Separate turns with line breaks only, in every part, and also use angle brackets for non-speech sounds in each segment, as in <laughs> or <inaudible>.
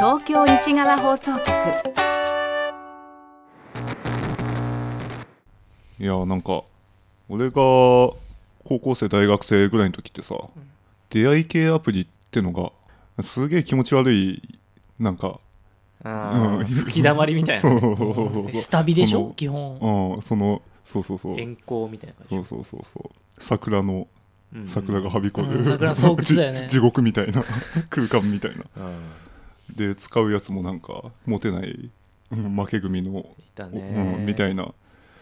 西側放送局
いやなんか俺が高校生大学生ぐらいの時ってさ、出会い系アプリってのがすげえ気持ち悪いなんか
あ
うん
ー吹き溜まりみたい
そ
な
うそうそうそうそう
スタビでしょ
そ
基本
の <laughs> うんそのそうそうそう
遠行みたいな感じ
そうそうそうそう桜の
うんうん
桜がはびこる、
うん桜の巣窟だよね
じ <laughs> 地獄みたいな空間みたいな
うん
で使うやつもなんかモテないうん負け組の、
いた
う
ね
ん、みたいな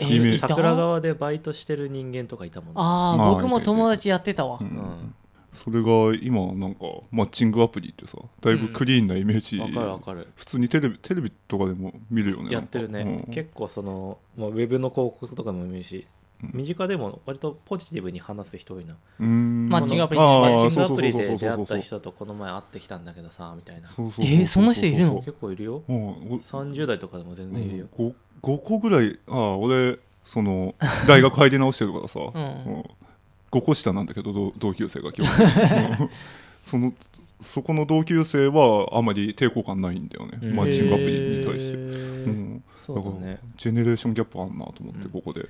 え
イメージ
いた
桜川でバイトしてる人間とかいたもんね
あ
あ
あ
ー
僕も友達やってたわ
う
うんん
それが今なんかマッチングアプリってさだいぶクリーンなイメージ、
わかるわかる
普通にテレビテレビとかでも見るよね
やってるね
うん
結構そのもうウェブの広告とかも見るし
うん
身近でも割とポジティブに話す人多いな
うーん
マッチングアプリ
あ
マ
ー
ッチングアプリ
そうそうそ
で
うそう
出
そう
会った人とこの前会ってきたんだけどさみたいな
そうそうそう
えーそんな人いるの
そうそう
結構いるよ
そううんお
30代とかでも全然いるよ
5, 個ぐらいああ俺その大学入り直してるから
<laughs>
さ、
うん
5個下なんだけど同同級生が今
<laughs>
日うんそのそこの同級生はあまり抵抗感ないんだよね、
うん
マッチングアプリに対して、
へ
う
ー
ん、
そうだね
ジェネレーションギャップあんなと思って
うん
ここで、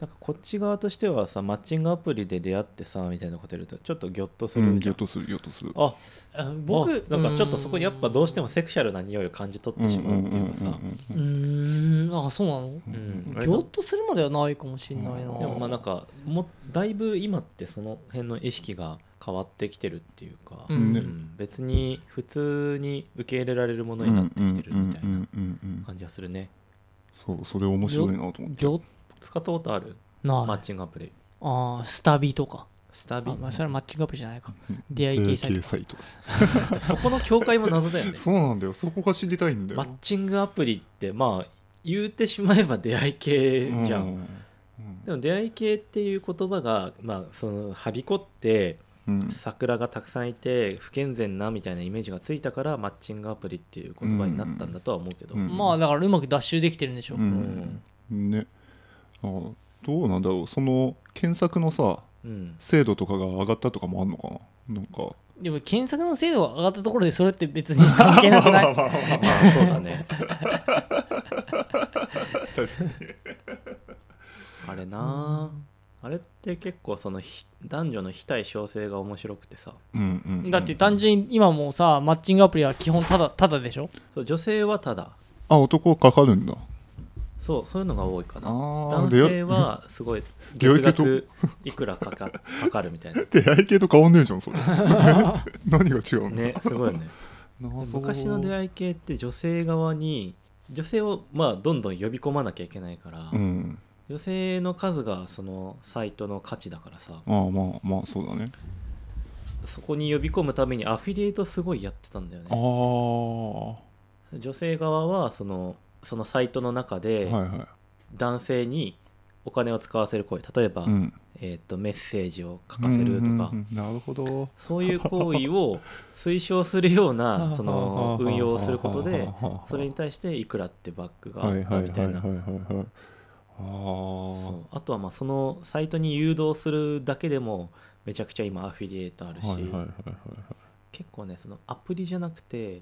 なんかこっち側としてはさマッチングアプリで出会ってさみたいなこと言うとちょっとギョッとす
う
るじゃん
ん、ギョッとするギョッとする
あ
あ
僕
僕
なんかちょっとそこにやっぱどうしてもセクシャルな匂いを感じ取ってしまうっていうかさ
うーんあそうなの
うんうんうんうん
うん
ぎょっとするまではないかもしれないな
うん
でもまあなんかもだいぶ今ってその辺の意識が変わってきてるっていうか、
うん
ね
うん別に普通に受け入れられるものになってきてるみたい
う
な
んうんうんうん
感じがするね
そうそれ面白いなと思って
ぎょっ
使ったことあるマ
な
ッ
い
チングアプリ
あースタビとか
スタビ
あまあそれはマッチングアプリじゃないか
うん
出会い系サイト
サイト
そこの境界も謎だよね
そうなんだよそこが知りたいんだよ
マッチングアプリってまあ言うてしまえば出会い系じゃん、でも出会い系っていう言葉がまあそのはびこって
うんうん
桜がたくさんいて不健全なみたいなイメージがついたからマッチングアプリっていう言葉になったんだとは思うけど、
うん
まあだからうまく脱臭できてるんでしょ
うんねあどうなんだろうその検索のさ <laughs>
うん
精度とかが上がったとかもあんのかななんか
でも検索の精度が上がったところでそれって別に関係なくな
<laughs>
い
まあそうだね
確かに
あれなああれって結構そのひ男女の非対称性が面白くてさ
うんうんうん
だって単純に今もうさマッチングアプリは基本ただただでしょ
そう女性はただ
あ男かかるんだ
そうそういうのが多いかな
あ
男
あ出
性
会
はすごい
出会
月
い系と
額いくらかかかかるみた
<laughs>
いな
出会い系と変わんねえじゃんそ
<laughs>
れ何が違うんだ
ねすごいよね昔の出
い
会い系って女性側に女性をまあどんどん呼び込まなきゃいけないから、
うん
女性の数がそのサイトの価値だからさ
ああまあまあそうだね
そこに呼び込むためにアフィリエイトすごいやってたんだよ
ああ
ね
は
女性側はそのそのサイトの中
い
で
は
男性にお金を使わせる行為例えば、
いうん
えー、とメッセージを書かせると
う
か、
んうんうんなるほど
そういう行為を推奨する
<laughs>
ようなその運用をすることでそれに対していくらってバックがあったみたいな
はいはいはいはいはいはいあ
そうあとはまあそのサイトに誘導するだけでもめちゃくちゃ今アフィリエイトあるし、
あはいはいはいはいはい
結構ねそのアプリじゃなくて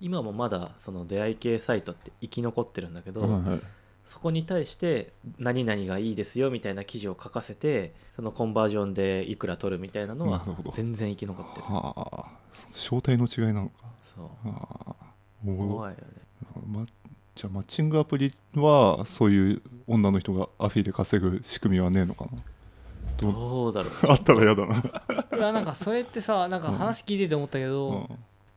今もまだその出会い系サイトって生き残ってるんだけど、
はいはい
そこに対して何々がいいですよみたいな記事を書かせてそのコンバージョンでいくら取るみたいなの
な
は
るほど
全然生き残ってる
はあ正体の違いなのか
そう
はあおもろ
怖いよね
まじゃあマッチングアプリはそういう女の人がアフィで稼ぐ仕組みはねえのかな <laughs> どう
どうだろう
あったら嫌だな、
いやなんかそれってさなんか話聞いてて思ったけど、
う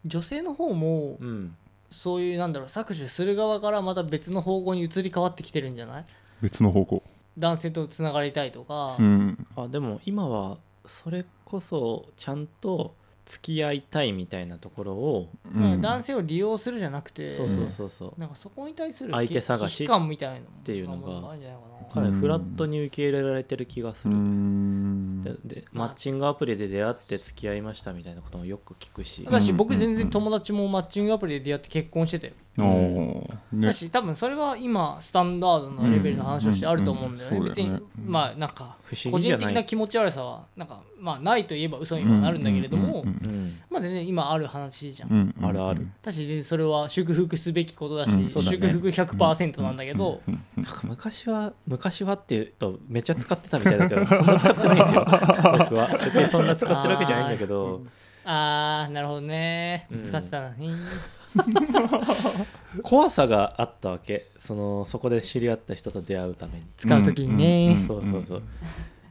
女性の方も
うん
そういうなんだろう搾取する側からまた別の方向に移り変わってきてるんじゃない
ん別の方向
男性とつながりたいとか、
うん
あでも今はそれこそちゃんと付き合いたいみたいなところを、
うん
男性を利用するじゃなくて、
そうそうそうそう、
なんかそこに対する
相手探し
危機感みたいなって
いうのが
あるんじゃないか
か
な
なりフラットに受け入れられてる気がす
う
る、
ん
ででマッチングアプリで出会って付き合いましたみたいなこともよく聞くし、
だし
うん
僕全然友達もマッチングアプリで出会って結婚してたよ、
あーね
だし多分それは今スタンダードなレベルの話をしてあると思うんだよね、
うんうんうん
別
そうだよ
に
ね
まあなんか
不思
個
議じゃ
人
な
的
い
な気持ち悪さはなんかまあないといえば嘘にはなるんだけれども、
うんうん
うん
まあ全然今ある話じゃん、
うんうんうん
あるある
だし全然それは祝福すべきことだし、
うんそうだね
祝福100%なんだけど、
うんうん
なんか昔は昔はっていうとめっちゃ使ってたみたいだけどそ <laughs> んな使ってないんです
<laughs>
よ僕は別にそんな使ってるわけじゃないんだけど
あーなるほどね、
うん
使ってたのに
怖さがあったわけそのそこで知り合った人と出会うために、
使う時にね、
うん
そうそうそう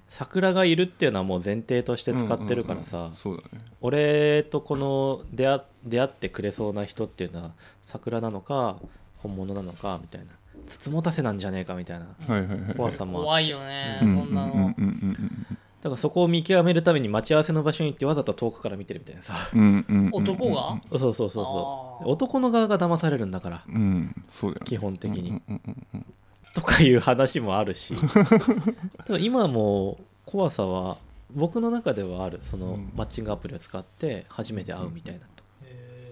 桜がいるっていうのはもう前提として使ってるからさ、
うんうんうんそうだね
俺とこの出会出会ってくれそうな人っていうのは桜なのか本物なのかみたいなつつもたせなんじゃねえかみたいな
はいはいはい
怖さもあっ
怖いよね、
うん
そんなの、
うんうん
だからそこを見極めるために待ち合わせの場所に行ってわざと遠くから見てるみたいなさ <laughs>
うんうんうんうん
男が
そうそうそうそ
あ
う
ー
男の側が騙されるんだから
うんそうだよね
基本的に、
うんうんうんうん
とかいう話もあるし <laughs> ただ今も怖さは僕の中ではあるその
うん
マッチングアプリを使って初めて会うみたいな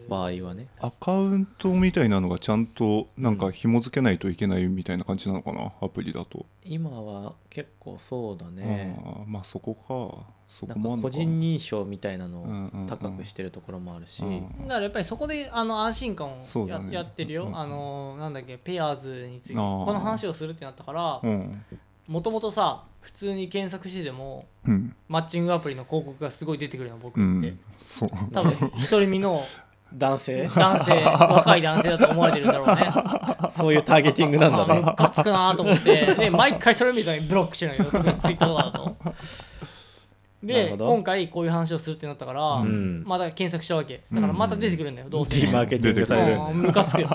場合はね
アカウントみたいなのがちゃんとなんか紐付けないといけないみたいな感じなのかなアプリだと
今は結構そうだ
あ
ね
ーまあそこかそ
な
こもあ
ん
ん
か
の
個
か
人認証みたいなの
を
を高くしてるところもあるし、
だからやっぱりそこであの安心感を
そう
や,、
だね
やってるよ、
うんうん
あのなんだっけペアーズについて
あ
こ
ー
の話をするってなったから
うん
もともとさ普通に検索してでも
うん
マッチングアプリの広告がすごい出てくるの僕
う
って、
んそう
多分独り身の
男性
男性若い男性だと思われてるんだろうね
そういうターゲティングなんだ <laughs>
あム
ね
カつくなと思ってで毎回それ見たにブロックしてるのよ特にツイッターとかだと
なる
で
ほど
今回こういう話をするってなったから、
ん
また検索したわけだからまた出てくるんだよ、どうせ
リマーケティングされるん
う
で
んムカつくよ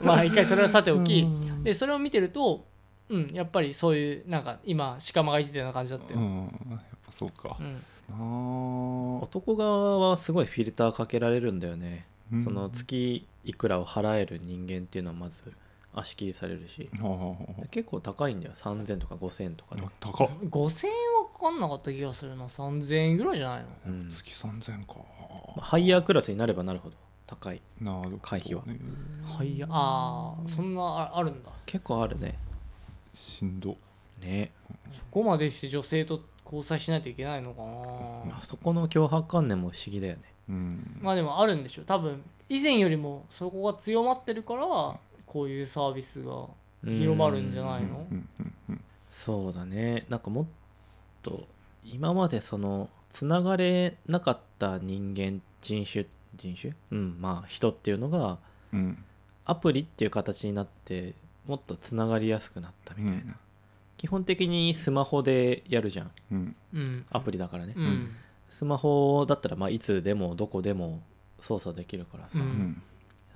まあ一回それはさておきでそれを見てるとうんやっぱりそういうなんか今しかまがいてたような感じだった
う
よ、
んやっぱそうか
うん
あー
男側はすごいフィルターかけられるんだよね、
うん
その月いくらを払える人間っていうのはまず足切りされるし
はあはあは
結構高いんだよ3000とか5000とかで
あ、高っ
5000円はかかんなかった気がするな3000円ぐらいじゃないの
うん
月3000か
まあハイヤークラスになればなるほど高い
なるほどね
会費は
はいああそんなああるんだ
結構あるね
しんど
ね
そこまでして女性と交際しないといけないのかな
あそこの脅迫観念も不思議だよね
うん
まあでもあるんでしょ多分以前よりもそこが強まってるからこういうサービスが広まるんじゃないの
うんうんうん
そうだねなんかもっと今までそのつながれなかった人間人種人種うんまあ人っていうのが
うん
アプリっていう形になってもっとつながりやすくなったみたいな、
うん
基本的にスマホでやるじゃん
うん
うん
アプリだからね、
うん
スマホだったらまあいつでもどこでも操作できるからさ、
う
う
んん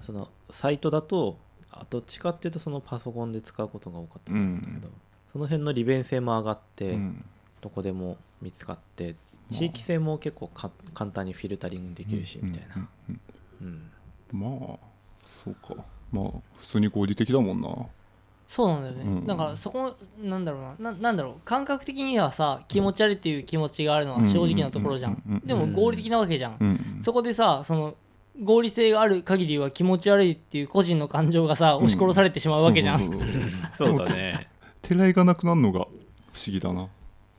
そのサイトだとあどっちかっていうとそのパソコンで使うことが多かったと思うんだけど、その辺の利便性も上がって、
うん
どこでも見つかって
あ
地域性も結構か簡単にフィルタリングできるしみたいな、
うんうん
うん
うんまあそうかまあ普通に合理的だもんな
そうなんだよね、
うん
だからそこなんだろうなななんだろう感覚的にはさ気持ち悪いっていう気持ちがあるのは正直なところじゃ
うんうんうん
ん
うん
でも合理的なわけじゃん、
うん
そこでさその合理性がある限りは気持ち悪いっていう個人の感情がさ押し殺されてしまうわけじゃん、
そうそうそうそう
そうだね
てらいがなくなるのが不思議だな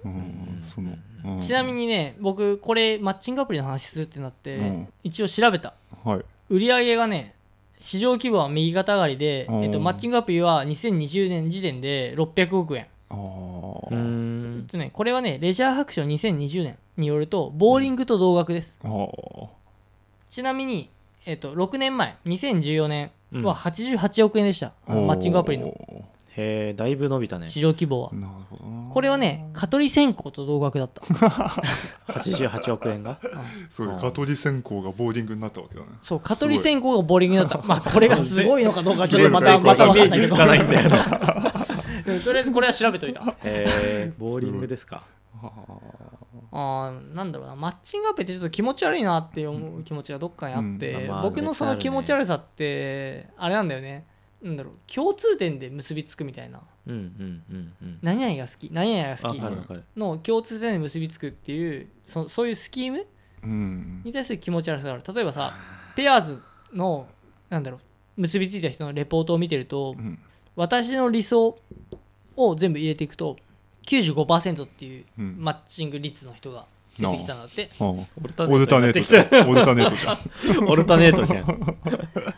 うん
うん
そのうん
ちなみにね僕これマッチングアプリの話するってなって、
うん
一応調べた
はい
売り上げがね市場規模は右肩上がりで、
うん
えっと、マッチングアプリは2020年時点で600億円、
あ
う
ー
えっ
ん
とね、これはねレジャー白書2020年によるとボーリングと同額です、
あー
ちなみに、えっと、6年前2014年
うん
は88億円でした、あのマッチングアプリの
お
へえだいぶ伸びたね
<laughs> 市場規模は
ーなるほどな
これはね蚊取り線香と同額だった
88億円が
そう
うん
か取り線香がボーリングになったわけだね
そう蚊取り線香がボーリン
<laughs>
グだったまあこれがすごいのかどうかちょっとま
す
た
ごい
また分かんないけ
つ
ど
かないんだよな
うんとりあえずこれは調べといた <laughs> あ
<laughs> へえボーリングですか
あ
ーなんだろうなマッチングアプリってちょっと気持ち悪いなって思う気持ちがどっかにあって、
うんまあ
僕のその気持ち悪さってあれなんだよねなんだろう共通点で結びつくみたいな
うんうんうんうん
何々が好き何々が好
わ
き
かるわかる
の共通点で結びつくっていうそそういうスキーム
ーうん
に対する気持ち悪さがある例えばさペアーズのなんだろう結びついた人のレポートを見てると
うん
私の理想を全部入れていくと95%っていう
うん
マッチング率の人が出てきたんだって、
ああ
オル
オルタネートじゃんオルタネートじゃん
ん。オルタネートじゃん。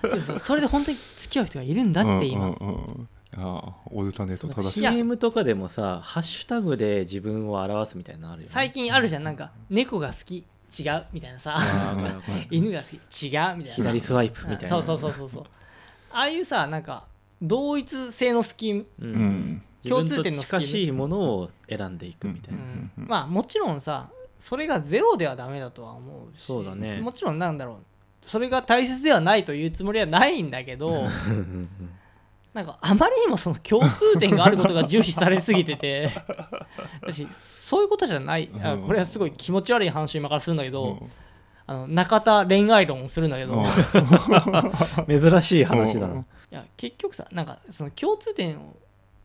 でもさそれで本当に付き合う人がいるんだって今、
うんうんうんああオルタネート正しい
いや
CM とかでもさ、ハッシュタグで自分を表すみたいなのあるよね。
最近あるじゃんなんか猫が好き違うみたいなさ
あーわかるわかる
犬が好き違うみたいな
左スワイプみたいな。
そうそうそうそうそうああいうさなんか同一性のスキーム
う。
うんん
自分
共通
と
点のスキル
近しいものを選んでいくみたいな。
うん
うん
まあもちろんさそれがゼロではダメだとは思うし
そうだね
もちろんなんだろうそれが大切ではないというつもりはないんだけどなんかあまりにもその共通点があることが重視されすぎてて私そういうことじゃないあ
うん
これはすごい気持ち悪い話を今からするんだけど、
うん
あの中田恋愛論をするんだけど、
あ
い
あ
珍しい話だな。
や結局さなんかその共通点を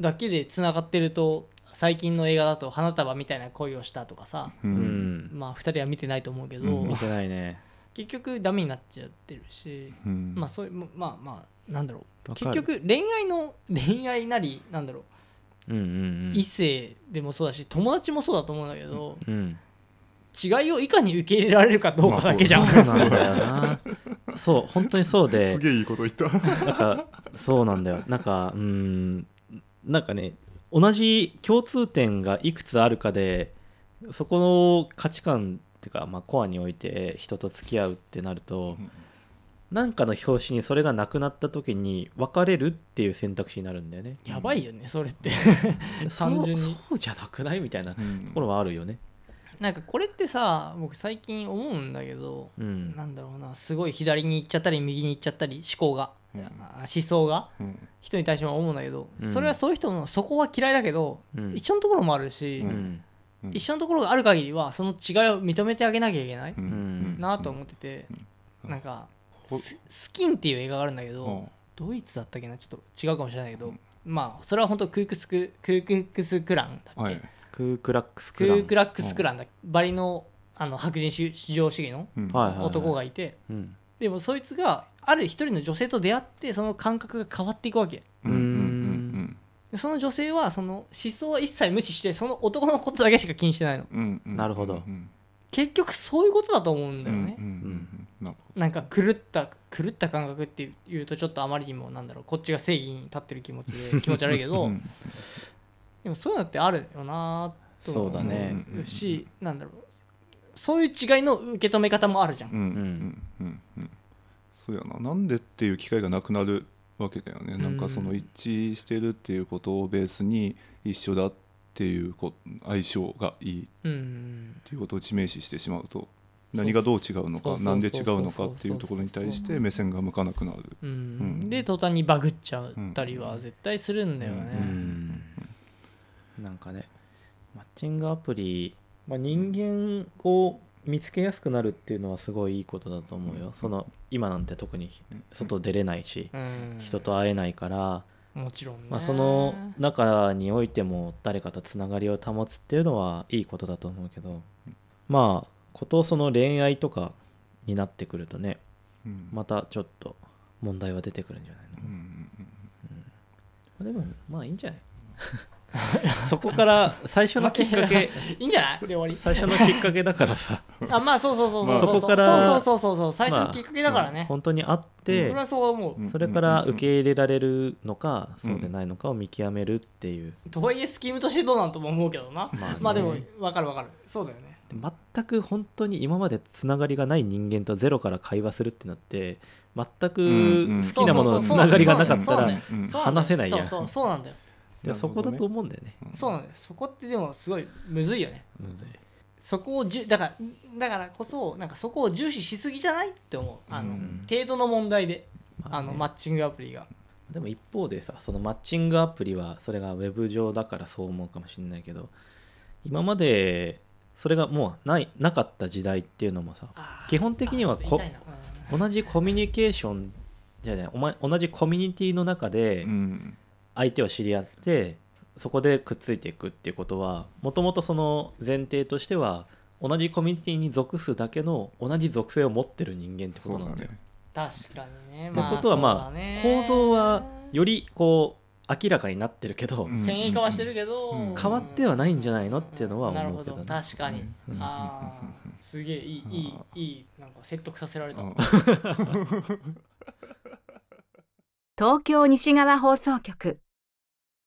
だけでつながってると最近の映画だと花束みたいな恋をしたとかさ
う
うんん。
まあ2人は見てないと思うけど、
うん
見てないね。
結局ダメになっちゃってるし、
うん
まあそういうままあまあなんだろう
わ
結
かる。
局恋愛の <laughs> 恋愛なりなんだろ
う
う、
んうん
異性でもそうだし友達もそうだと思うんだけど、
うん。うん。
違いをいかに受け入れられるかどうかだけじゃん、
ま、
そうなんだよな。そう、本当にそうです
げえいいこと言った
なんか、そうなんだよ。なんか、うーん、なんかね、同じ共通点がいくつあるかで、そこの価値観っていうか、まあ、コアにおいて人と付き合うってなると、
うん
なんかの表紙にそれがなくなった時に別れるっていう選択肢になるんだよね。
<laughs> やばいよねそれって
そう
<laughs> 単純に
そうじゃなくないみたいなと
うん
ころはあるよね。
なんかこれってさ僕最近思うんだけど、
うん。
なんだろうなすごい左に行っちゃったり右に行っちゃったり思考が、
うん
あ思想が
うん
人に対しては思うんだけど、
うん
それはそういう人のそこは嫌いだけど、
うん
一緒のところもあるし、
うん
うん
一緒のところがある限りはその違いを認めてあげなきゃいけない
うん
うん
なと思ってて、
うん
なんか、
ほ
ススキンっていう映画があるんだけど、
うん
ドイツだったっけなちょっと違うかもしれないけど、まあそれは本当クークスククークックスクランだっけ、
はい
クークラックス
ク
クラン
ークラックスクランだっけ、バリのあの白人至至上主義の
うん
はいはいはい
男がいて、
うん
でもそいつがある一人の女性と出会ってその感覚が変わっていくわけ
うんうんうん
でその女性はその思想は一切無視してその男のことだけしか気にしてないの
うんうんうん
なるほど
うん
結局そういうことだと思うんだ
う
よ
ん
ね、
うんうんなるほ
なんか狂った狂った感覚っていう言うとちょっとあまりにもなんだろうこっちが正義に立ってる気持ちで気持ち悪いけ
ど
ど、
うん
でもそういうのってあるよなと
そうだね
思うしなんだろうそういう違いの受け止め方もあるじゃん、
うんうんうんうんそうやななんでっていう機会がなくなるわけだよね、なんかその一致してるっていうことをベースに一緒だっていうこ相性がいいっ
うん、
ていうことを致命視してしまうと何がどう違うの
そうそう
か
そう
なんで違うのかっていうところに対して目線が向かなくなる。
うん
ん
で途端にバグっちゃったりは絶対するんだよね、
うん
うんなんかねマッチングアプリ、まあ、人間を見つけやすくなるっていうのはすごいいいことだと思うよ、その今なんて特に外出れないし、
うん
人と会えないから、
もちろんね、
まあ、その中においても誰かとつながりを保つっていうのはいいことだと思うけどまあことその恋愛とかになってくるとね
うん
またちょっと問題は出てくるんじゃないの、
うんうんうん
まあでもまあいいんじゃない
<laughs>
そこから最初のきっかけ
<laughs> いいんじゃないで終わり
最初のきっかけだからさ
あまあそうそうそう
まあ
そう
そこから
そうそうそうそう最初のきっかけだから <laughs> ね、
本当に会っ
そ
て
れはそう思う、
うん
それから受け入れられるのかそうでないのかを見極めるっていう
とはいえスキームとしてどうなんとも思うけど
ま
な、
あね
まあでも分かる分かるそうだよね
で全く本当に今までつながりがない人間とゼロから会話するってなって全く好きなもののつながりがなかった
そうそうそうそうそう
ら
ね
うん
そうなんだよ
話せないやん
そうそうそうなんだよ
でもそこだと思うんだよね。
そうなんだよそこってでもすごいむずいよね
むずい
そこをじゅだからだからこそなんかそこを重視しすぎじゃないって思うあの、
うん
程度の問題で、
まあ
あ
ね
のマッチングアプリが
でも一方でさそのマッチングアプリはそれがウェブ上だからそう思うかもしれないけど今までそれがもうないなかった時代っていうのもさ
あー
基本的には
あちょっと
こ
痛いな
同じコミュニケーションじゃないお前同じコミュニティの中で
うん
相手を知り合ってそこでくっついていくっていうことはもともとその前提としては同じコミュニティに属すだけの同じ属性を持ってる人間ってこ
そ
と
う
な
だ
んだよ
ね。
確かにね。
ってことはまあ、構造はよりこう明らかになってるけど、
うん
繊維化はしてるけど、
うん
変わってはないんじゃないのっていうのは思うけどね
なるほど確かに、
うん
あーすげえいいいいいいなんか説得させられた、
うん
東京西側放送局